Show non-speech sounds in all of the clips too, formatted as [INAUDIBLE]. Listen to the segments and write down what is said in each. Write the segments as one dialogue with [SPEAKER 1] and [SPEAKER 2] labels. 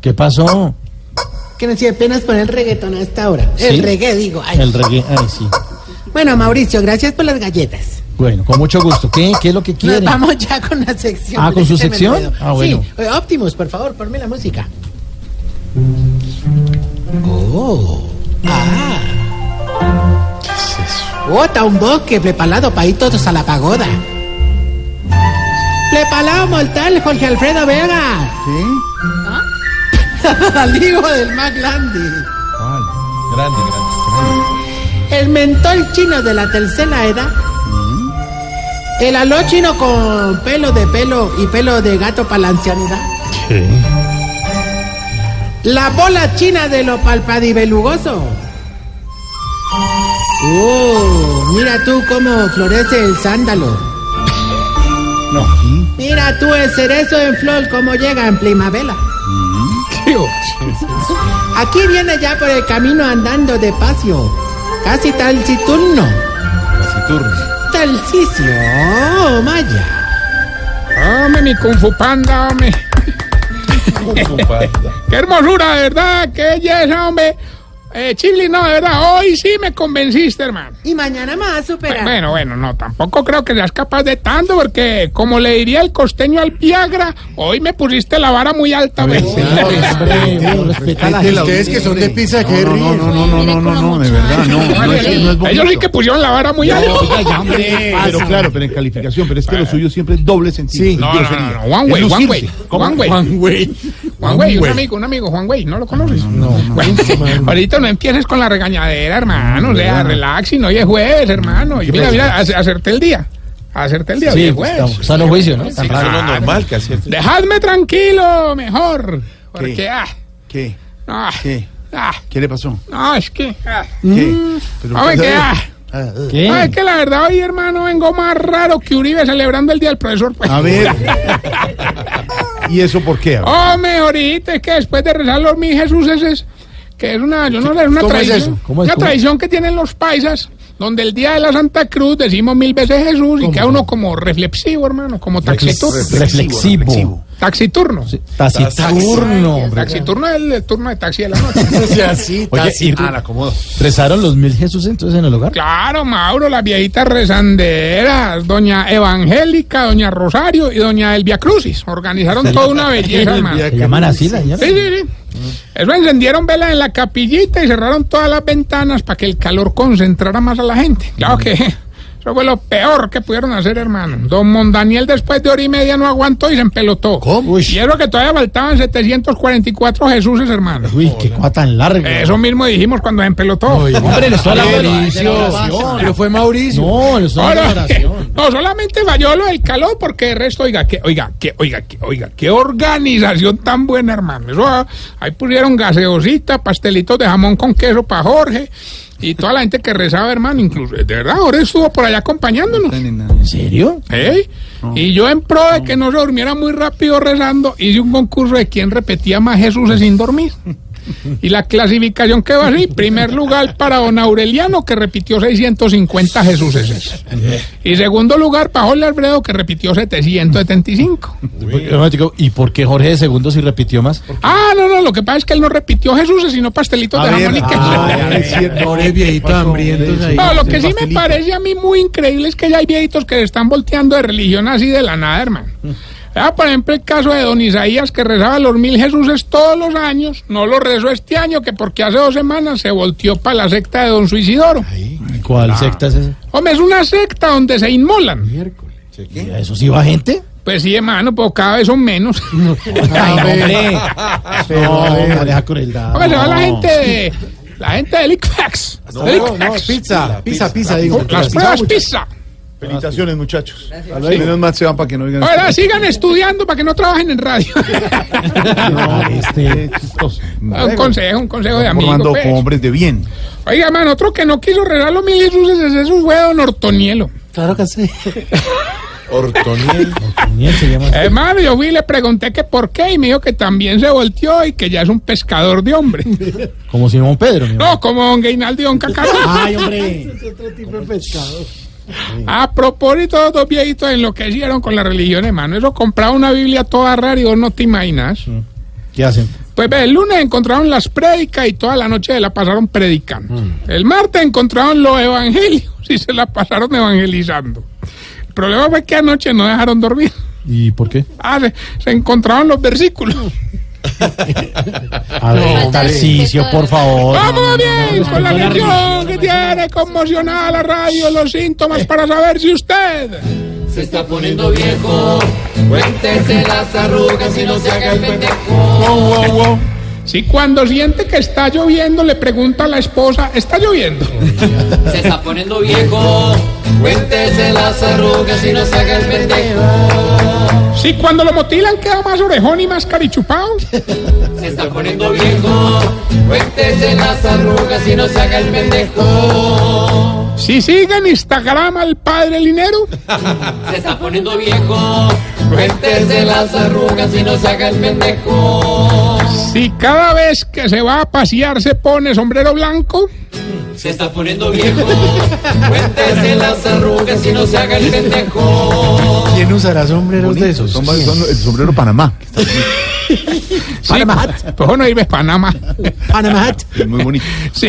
[SPEAKER 1] ¿Qué pasó?
[SPEAKER 2] Que no si apenas poner el reggaetón a esta hora. El
[SPEAKER 1] Sí.
[SPEAKER 2] reggae, digo. Ay.
[SPEAKER 1] El reggae. Ay, sí.
[SPEAKER 2] Bueno, Mauricio, gracias por las galletas.
[SPEAKER 1] Bueno, con mucho gusto. ¿Qué? ¿Qué es lo que
[SPEAKER 2] Nos
[SPEAKER 1] quiere?
[SPEAKER 2] vamos ya con la sección.
[SPEAKER 1] Ah, ¿con su
[SPEAKER 2] Se me
[SPEAKER 1] sección?
[SPEAKER 2] enredó.
[SPEAKER 1] Ah, bueno.
[SPEAKER 2] Sí, Eh, Optimus, por favor, ponme la música. Oh. Ah. Bota un bosque preparado para ir todos a la pagoda. Preparado mortal Jorge Alfredo Vega. ¿Sí? [LAUGHS] Al hijo del más grande.
[SPEAKER 1] Ay, grande, grande.
[SPEAKER 2] El mentol chino de la tercera edad. El aló chino con pelo de pelo y pelo de gato para la ancianidad. La bola china de lo palpadibelugoso. Oh, mira tú cómo florece el sándalo.
[SPEAKER 1] No.
[SPEAKER 2] Mira tú el cerezo en flor cómo llega en primavera. Aquí viene ya por el camino andando despacio. Casi tal turno. Tarcicio, oh, Maya.
[SPEAKER 3] Hombre, mi Kung Fu Panda, hombre. [LAUGHS] Qué hermosura, de verdad. Qué belleza, hombre. Eh, Chili, no, de verdad. Hoy sí me convenciste, hermano.
[SPEAKER 2] Y mañana más supera.
[SPEAKER 3] Bueno, bueno, no, tampoco creo que seas capaz de tanto, porque como le diría el costeño al Piagra, hoy me pusiste la vara muy alta,
[SPEAKER 1] Pues
[SPEAKER 3] güey.
[SPEAKER 4] Ustedes que son de pizza, que no, no, no, no, no, no, no, no, de verdad, no, no es, no es bonito.
[SPEAKER 3] Ellos sí que pusieron la vara muy alta.
[SPEAKER 4] Pero claro, pero en calificación, pero es que lo suyo siempre es doble sentido.
[SPEAKER 3] No, no,
[SPEAKER 4] Dios
[SPEAKER 3] no,
[SPEAKER 4] mío.
[SPEAKER 3] no, Juan
[SPEAKER 4] Es
[SPEAKER 3] Güey, Juan
[SPEAKER 4] lucirse.
[SPEAKER 3] Güey,
[SPEAKER 4] ¿Cómo?
[SPEAKER 3] Juan Güey.
[SPEAKER 4] Juan Güey.
[SPEAKER 3] Juan Güey, un amigo, un amigo, Juan Güey, ¿no lo conoces? No, Ahorita no empieces con la regañadera, hermano. O sea, relax y no hoy es jueves, hermano. Y mira, mira, ac- acerté el día. Acerté el día, hoy
[SPEAKER 1] Sí,
[SPEAKER 3] es
[SPEAKER 1] pues,
[SPEAKER 3] jueves.
[SPEAKER 1] estamos- sano juicio, ¿no? Tan raro.
[SPEAKER 3] Claro. Dejadme tranquilo, mejor. Porque, ah,
[SPEAKER 4] ¿Qué?
[SPEAKER 3] ah,
[SPEAKER 4] ¿Qué?
[SPEAKER 3] ah,
[SPEAKER 4] ¿Qué le pasó?
[SPEAKER 3] no, es que, ah,
[SPEAKER 4] ¿Qué? Pero,
[SPEAKER 3] hombre, que, ah.
[SPEAKER 4] ah,
[SPEAKER 1] ¿Qué?
[SPEAKER 3] No, es que la verdad hoy, hermano, vengo más raro que Uribe celebrando el Día del Profesor. pues.
[SPEAKER 4] A [LAUGHS] ver. ¿Y eso por qué? A ver.
[SPEAKER 3] Hombre, ahorita es que después de rezar los mil Jesús que es una, yo no sé, es una
[SPEAKER 4] ¿Cómo es
[SPEAKER 3] tradición,
[SPEAKER 4] eso?
[SPEAKER 1] ¿Cómo es?
[SPEAKER 3] una
[SPEAKER 1] ¿Cómo?
[SPEAKER 3] tradición que tienen los paisas, donde el día de la Santa Cruz decimos mil veces Jesús y queda uno como reflexivo, hermano, como taxiturno,
[SPEAKER 1] Reflexivo.
[SPEAKER 3] taxiturno,
[SPEAKER 1] Taciturno. hombre.
[SPEAKER 3] taxiturno es el, el turno de taxi de la noche.
[SPEAKER 4] O sea, Oh, sí,
[SPEAKER 1] Oye,
[SPEAKER 4] taxi.
[SPEAKER 1] y-
[SPEAKER 4] Ah, la acomodo.
[SPEAKER 1] ¿Rezaron los mil Jesús entonces en el hogar?
[SPEAKER 3] Claro, Mauro, las viejitas rezanderas, doña Evangélica, doña Rosario y doña Elvia Crucis, organizaron toda una belleza, hermano.
[SPEAKER 1] ¿Se llaman así la
[SPEAKER 3] Sí,
[SPEAKER 1] señora?
[SPEAKER 3] sí, sí. Eso encendieron velas en la capillita y cerraron todas las ventanas para que el calor concentrara más a la gente. Claro que eso fue lo peor que pudieron hacer, hermano. Don Mondaniel después de hora y media no aguantó y se empelotó.
[SPEAKER 4] ¿Cómo? Uy.
[SPEAKER 3] Y eso que todavía faltaban 744 Jesuses, hermano.
[SPEAKER 1] Uy, qué cosa tan larga.
[SPEAKER 3] Eso mismo dijimos cuando se empelotó.
[SPEAKER 1] Hombre, le estoy hablando de
[SPEAKER 4] Pero fue Mauricio.
[SPEAKER 1] No, le estoy hablando de
[SPEAKER 3] Ahora,
[SPEAKER 1] oración.
[SPEAKER 3] Pues, [LAUGHS] no, solamente falló lo del calor porque el resto, oiga, que, oiga, que, oiga, que, oiga, qué organización tan buena, hermano. Eso, ah, ahí pusieron gaseosita, pastelitos de jamón con queso para Jorge y toda la gente que rezaba, hermano, incluso, de verdad, ahora estuvo por allá acompañándonos.
[SPEAKER 1] ¿En serio?
[SPEAKER 3] ¿eh? Y yo en pro de que no se durmiera muy rápido rezando, hice un concurso de quién repetía más Jesús sin dormir. Y la clasificación quedó así, primer lugar para don Aureliano que repitió 650 Jesuses. Y segundo lugar para Jorge Alfredo que repitió 775.
[SPEAKER 1] ¿Y por qué Jorge de Segundo si repitió más?
[SPEAKER 3] Ah, no, no, lo que pasa es que él no repitió Jesús sino pastelitos de jamón y queso.
[SPEAKER 4] Pobres viejitos hambrientos ahí.
[SPEAKER 3] No, lo que
[SPEAKER 4] El
[SPEAKER 3] sí me
[SPEAKER 4] pastelito.
[SPEAKER 3] parece a mí muy increíble es que ya hay viejitos que se están volteando de religión así de la nada, hermano.
[SPEAKER 4] Mm.
[SPEAKER 3] Ah, por ejemplo, el caso de don Isaías que rezaba los mil Jesuses todos los años, no lo rezó este año, que porque hace dos semanas se volteó para la secta de don Suicidoro.
[SPEAKER 1] ¿Cuál secta es esa?
[SPEAKER 3] Hombre, es una secta donde se inmolan.
[SPEAKER 1] ¿Y a ¿Eso sí va gente?
[SPEAKER 3] Pues sí, hermano, pues cada vez son
[SPEAKER 4] [LAUGHS]
[SPEAKER 3] menos.
[SPEAKER 1] Ay, Ah, hombre.
[SPEAKER 4] Ah,
[SPEAKER 1] No, hombre, deja
[SPEAKER 3] Hombre,
[SPEAKER 1] crueldad.
[SPEAKER 3] se va la gente de... La gente del ICFAX. del
[SPEAKER 4] No, no,
[SPEAKER 3] ICFAX.
[SPEAKER 4] pizza, pizza, pizza, digo.
[SPEAKER 3] Las pruebas PISA.
[SPEAKER 4] Felicitaciones, muchachos. Menos mal se van para que no oigan.
[SPEAKER 3] Ahora sigan estudiando para que no trabajen en radio.
[SPEAKER 4] No, este.
[SPEAKER 3] [LAUGHS] un consejo, un consejo de amigo.
[SPEAKER 4] Formando
[SPEAKER 3] pues.
[SPEAKER 4] hombres de bien.
[SPEAKER 3] Oiga, man, otro que no quiso regalar los mil dulces es eso, fue don Ortonielo.
[SPEAKER 2] Claro que sí.
[SPEAKER 5] Ortoniel.
[SPEAKER 1] se llama.
[SPEAKER 3] Hermano, Eh, yo fui y le pregunté que por qué y me dijo que también se volteó y que ya es un pescador de hombre.
[SPEAKER 1] [LAUGHS] Como Simón Pedro, mi
[SPEAKER 3] No, como don Gainaldi y don Cacarón.
[SPEAKER 1] Ay,
[SPEAKER 3] [LAUGHS]
[SPEAKER 1] hombre.
[SPEAKER 2] Otro tipo de pescado.
[SPEAKER 3] A propósito, los dos viejitos enloquecieron con la religión, hermano. Eso compraba una Biblia toda rara y vos no te imaginas.
[SPEAKER 1] ¿Qué hacen?
[SPEAKER 3] Pues ve, el lunes encontraron las prédicas y toda la noche la pasaron predicando. El martes encontraron los evangelios y se la pasaron evangelizando. El problema fue que anoche no dejaron dormir.
[SPEAKER 1] ¿Y por qué?
[SPEAKER 3] Ah, se, se encontraron los versículos.
[SPEAKER 1] A ver, Tarcicio, por favor.
[SPEAKER 3] Vamos bien con la lección que tiene conmocionada la radio, los síntomas para saber si usted.
[SPEAKER 6] Se está poniendo viejo. Cuéntese las arrugas y no se haga el pendejo.
[SPEAKER 3] Si cuando siente que está lloviendo le pregunta a la esposa, ¿está lloviendo?
[SPEAKER 6] Se está poniendo viejo. Cuéntese las arrugas y no se haga el pendejo.
[SPEAKER 3] Si cuando lo motilan queda más orejón y más carichupado.
[SPEAKER 6] Se está poniendo viejo. Cuéntese las arrugas y no se haga el pendejo.
[SPEAKER 3] Si sigue en Instagram al padre Linero.
[SPEAKER 6] Se está poniendo viejo. Cuéntese las arrugas y no se haga el pendejo.
[SPEAKER 3] Si cada vez que se va a pasear se pone sombrero blanco.
[SPEAKER 6] Se está poniendo viejo. Cuéntese las arrugas y no se haga el pendejo.
[SPEAKER 1] ¿Quién usará sombreros de esos?
[SPEAKER 4] Son varios, son el sombrero Panamá. que está
[SPEAKER 3] Sí, pues no irme a Panamá. [LAUGHS]
[SPEAKER 2] Panamá.
[SPEAKER 4] muy bonito.
[SPEAKER 3] Sí.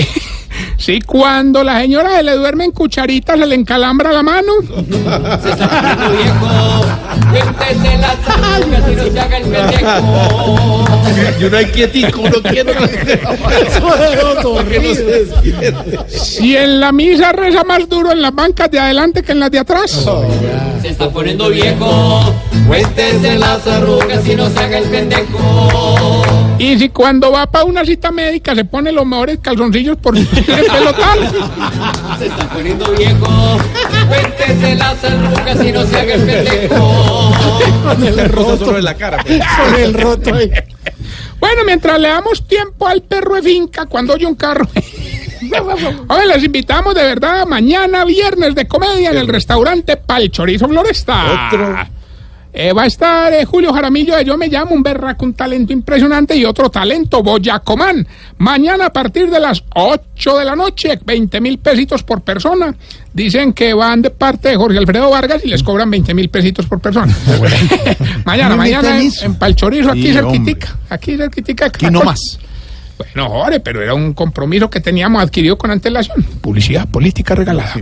[SPEAKER 3] Sí, cuando la señora se le duerme en cucharitas, se le encalambra la mano.
[SPEAKER 6] Se está poniendo viejo. Cuéntese las arrugas y no se haga el pendejo.
[SPEAKER 5] Y uno hay quietico, uno quieto. que no se despierte.
[SPEAKER 3] Si en la misa reza más duro en las bancas de adelante que en las de atrás.
[SPEAKER 6] Se está poniendo viejo. Cuéntese las arrugas y no se haga el pendejo.
[SPEAKER 3] Y si cuando va para una cita médica se pone los mejores calzoncillos por [LAUGHS] el pelotal.
[SPEAKER 6] Se está poniendo viejo. Cuéntese las arrugas y no se haga el pendejo.
[SPEAKER 5] Le rosa sobre la cara. pues.
[SPEAKER 2] Sobre el roto ahí.
[SPEAKER 3] Bueno, mientras le damos tiempo al perro de finca cuando oye un carro. [LAUGHS] Hoy les invitamos de verdad mañana viernes de comedia en el restaurante Pal Chorizo Floresta.
[SPEAKER 5] Otro.
[SPEAKER 3] Eh, va a estar eh, Julio Jaramillo de Yo Me Llamo, un berraco, un talento impresionante y otro talento, Boyacomán. Mañana a partir de las 8 de la noche, 20 mil pesitos por persona. Dicen que van de parte de Jorge Alfredo Vargas y les cobran 20 mil pesitos por persona. [LAUGHS] mañana,
[SPEAKER 4] No me
[SPEAKER 3] mañana
[SPEAKER 4] metan
[SPEAKER 3] en,
[SPEAKER 4] eso.
[SPEAKER 3] en Palchorizo, aquí
[SPEAKER 4] Sí,
[SPEAKER 3] cerquitica. Aquí cerquitica.
[SPEAKER 4] Aquí no más.
[SPEAKER 3] Bueno, jore, pero era un compromiso que teníamos adquirido con antelación. Publicidad política regalada.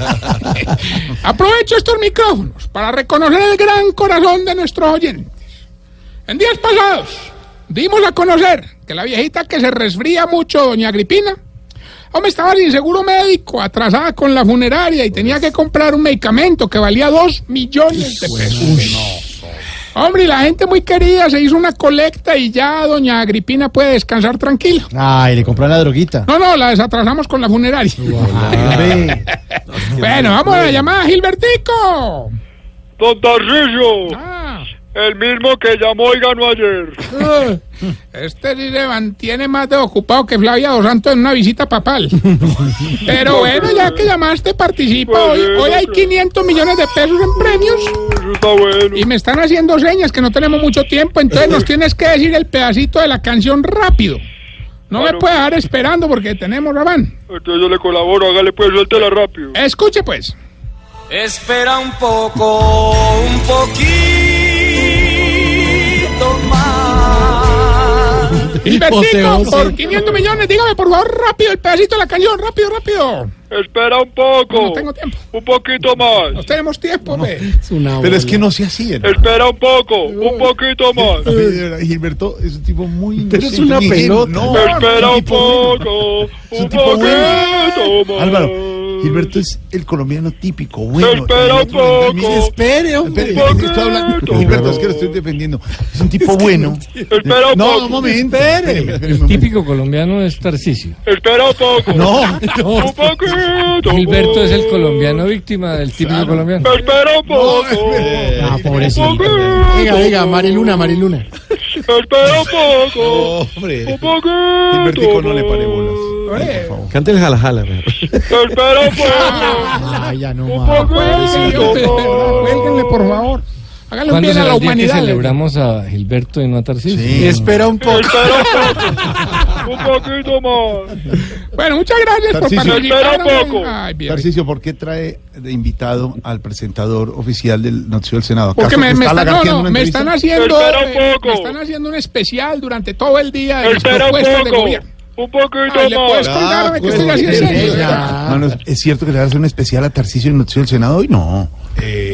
[SPEAKER 3] [LAUGHS] Aprovecho estos micrófonos para reconocer el gran corazón de nuestros oyentes. En días pasados dimos a conocer que la viejita que se resfría mucho, doña Agripina, aún estaba sin seguro médico, atrasada con la funeraria y
[SPEAKER 4] Pues.
[SPEAKER 3] tenía que comprar un medicamento que valía dos millones de pesos. Hombre, y la gente muy querida se hizo una colecta y ya doña Agripina puede descansar tranquila.
[SPEAKER 1] Ay, le compran la droguita. Ah,
[SPEAKER 3] No, no, la desatrasamos con la funeraria.
[SPEAKER 1] Hombre.
[SPEAKER 3] Bueno, vamos a la llamada, Gilbertico.
[SPEAKER 7] Don Tarcillo,
[SPEAKER 3] Ah,
[SPEAKER 7] el mismo que llamó y ganó ayer.
[SPEAKER 3] este sí se mantiene más de ocupado que Flavia Dos Santos en una visita papal. Pero bueno, ya que llamaste, participa. Hoy, hoy hay 500 millones de pesos en premios.
[SPEAKER 7] Eso está bueno.
[SPEAKER 3] Y me están haciendo señas que no tenemos mucho tiempo, entonces nos tienes que decir el pedacito de la canción rápido. No me
[SPEAKER 7] Claro.
[SPEAKER 3] puedes dejar esperando porque tenemos Rabán.
[SPEAKER 7] Entonces yo le colaboro, hágale pues, suéltela rápido.
[SPEAKER 3] Escuche
[SPEAKER 4] [LAUGHS]
[SPEAKER 3] pues.
[SPEAKER 6] Espera un poco, un poquito más.
[SPEAKER 3] Gilbertico,
[SPEAKER 1] Hipoteosis.
[SPEAKER 3] por 500 millones, dígame por favor rápido el pedacito de la canción, rápido, rápido.
[SPEAKER 7] Espera un poco.
[SPEAKER 3] No tengo tiempo.
[SPEAKER 7] Un poquito
[SPEAKER 3] No
[SPEAKER 7] más.
[SPEAKER 3] tenemos tiempo, ve.
[SPEAKER 2] Es una
[SPEAKER 4] Pero es
[SPEAKER 2] bola.
[SPEAKER 4] que no se hacía. ¿no?
[SPEAKER 7] Espera un poco, un poquito más.
[SPEAKER 4] Pero, de verdad, Gilberto es un tipo muy.
[SPEAKER 1] Pero es
[SPEAKER 4] inocente,
[SPEAKER 1] una
[SPEAKER 4] muy ingenuo.
[SPEAKER 1] pelota.
[SPEAKER 4] No,
[SPEAKER 7] Espera
[SPEAKER 4] es
[SPEAKER 7] un
[SPEAKER 4] tipo bueno.
[SPEAKER 7] poco,
[SPEAKER 4] Es un
[SPEAKER 7] un
[SPEAKER 4] tipo bueno.
[SPEAKER 7] poquito más.
[SPEAKER 4] Álvaro, Gilberto es el colombiano típico, bueno.
[SPEAKER 7] Espera un
[SPEAKER 4] Gilberto también
[SPEAKER 7] poco.
[SPEAKER 4] es-
[SPEAKER 2] Espere, hombre.
[SPEAKER 4] Espere, que estoy hablando-
[SPEAKER 7] poquito.
[SPEAKER 4] Gilberto, es que lo estoy defendiendo. Es un tipo bueno.
[SPEAKER 7] Espera un
[SPEAKER 4] eh, No,
[SPEAKER 7] poco.
[SPEAKER 4] un momento. Espere, espere un momento.
[SPEAKER 8] Típico colombiano es Tarcisio.
[SPEAKER 7] Espera un poco.
[SPEAKER 4] [LAUGHS] No,
[SPEAKER 7] Un poquito.
[SPEAKER 8] Gilberto es el colombiano víctima del típico colombiano.
[SPEAKER 7] Espera un poco.
[SPEAKER 2] Ah,
[SPEAKER 7] Un
[SPEAKER 2] pobrecito.
[SPEAKER 7] poquito.
[SPEAKER 2] Venga, venga, Mariluna, Mariluna.
[SPEAKER 7] Espera un poco.
[SPEAKER 5] Hombre.
[SPEAKER 7] Un poquito.
[SPEAKER 4] Gilbertico no le pare
[SPEAKER 7] más.
[SPEAKER 4] bolas. Ay, por favor.
[SPEAKER 5] Cante el jala jala. mejor.
[SPEAKER 7] Espera un poco.
[SPEAKER 2] Ay, ya no
[SPEAKER 7] Un
[SPEAKER 2] más. pues.
[SPEAKER 7] poquito.
[SPEAKER 3] Cuélguenle, por favor. Hágale un
[SPEAKER 8] ¿Cuándo
[SPEAKER 3] bien a
[SPEAKER 8] será
[SPEAKER 3] la
[SPEAKER 8] el día que
[SPEAKER 3] humanidad. le-
[SPEAKER 8] celebramos a Gilberto y no a Tarcisio?
[SPEAKER 4] Sí.
[SPEAKER 2] Espera un poco.
[SPEAKER 7] Espera un poco. Un poquito más.
[SPEAKER 3] Bueno, muchas gracias por
[SPEAKER 4] Tarcisio.
[SPEAKER 3] participar.
[SPEAKER 7] Espera un poco.
[SPEAKER 3] Ay, bien.
[SPEAKER 4] Tarcisio, ¿por qué trae de invitado al presentador oficial del Noticiero del Senado?
[SPEAKER 3] Porque
[SPEAKER 4] ¿Acaso
[SPEAKER 3] me,
[SPEAKER 4] te
[SPEAKER 3] me
[SPEAKER 4] está
[SPEAKER 3] están, no,
[SPEAKER 4] lagarteando
[SPEAKER 3] no,
[SPEAKER 4] una
[SPEAKER 3] me
[SPEAKER 4] entrevista?
[SPEAKER 3] están haciendo
[SPEAKER 7] Espera un
[SPEAKER 3] eh,
[SPEAKER 7] poco.
[SPEAKER 3] me están haciendo un especial durante todo el día de las
[SPEAKER 7] Espera un
[SPEAKER 3] propuestas de
[SPEAKER 7] poco.
[SPEAKER 3] gobierno.
[SPEAKER 7] Un
[SPEAKER 3] Ay, le
[SPEAKER 7] poquito
[SPEAKER 3] puedes
[SPEAKER 7] más.
[SPEAKER 4] Ah,
[SPEAKER 3] colgar,
[SPEAKER 4] pues,
[SPEAKER 3] ve que estoy así en serio.
[SPEAKER 4] Manos, ¿es cierto que le hace un especial a Tarcisio en el Noticiero del Senado hoy? Eh,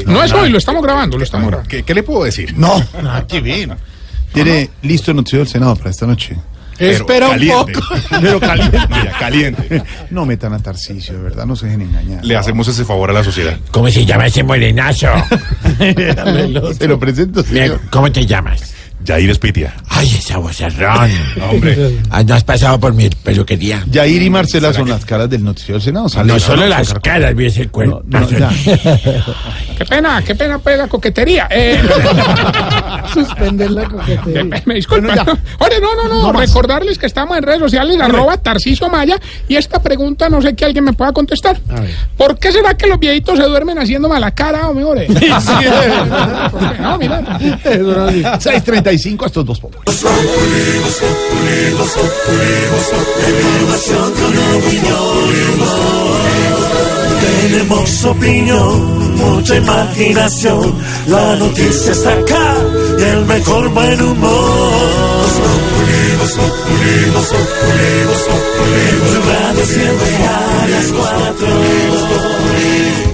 [SPEAKER 4] No.
[SPEAKER 3] No es hoy, lo estamos grabando, lo estamos grabando.
[SPEAKER 4] ¿Qué, le puedo decir? No. Ah, qué bien. Tiene listo el Noticiero del Senado para esta noche.
[SPEAKER 2] Espera un poco.
[SPEAKER 4] [LAUGHS] Pero caliente, caliente. No metan a Tarcisio, de verdad, no se dejen engañar. Le [LAUGHS] hacemos ese favor a la sociedad.
[SPEAKER 6] ¿Cómo se llama
[SPEAKER 4] [LAUGHS]
[SPEAKER 6] ese morenazo?
[SPEAKER 4] Se lo presento, señor.
[SPEAKER 6] ¿Cómo te llamas?
[SPEAKER 4] Jair Espitia.
[SPEAKER 6] Ay, esa vozarrón.
[SPEAKER 4] Hombre.
[SPEAKER 6] Ay, Ah, ¿No has pasado por mi peluquería?
[SPEAKER 4] Jair y Marcela son las caras del Noticiero del Senado. salen
[SPEAKER 6] No
[SPEAKER 4] a-
[SPEAKER 6] solo las caras, vi ese cuerpo.
[SPEAKER 4] No, no, [LAUGHS] ya.
[SPEAKER 3] Qué pena, qué pena pues la coquetería. Eh,
[SPEAKER 2] Suspender la
[SPEAKER 3] eh,
[SPEAKER 2] coquetería.
[SPEAKER 3] me- me disculpan.
[SPEAKER 4] Bueno, ya.
[SPEAKER 3] [LAUGHS] Oye, no, no, no,
[SPEAKER 4] No más.
[SPEAKER 3] recordarles que estamos en redes sociales, arroba Tarciso Maya, y esta pregunta no sé que alguien me pueda contestar. ¿Por qué será que los viejitos se duermen haciendo mala cara, hombre? [LAUGHS] ¿Por qué? No, mira.
[SPEAKER 4] 6.35 a estos dos pobres.
[SPEAKER 9] Tenemos opinión, mucha imaginación. La noticia está acá y el mejor buen humor. Los populimos, populimos, populimos, populimos. Radio siempre a las cuatro.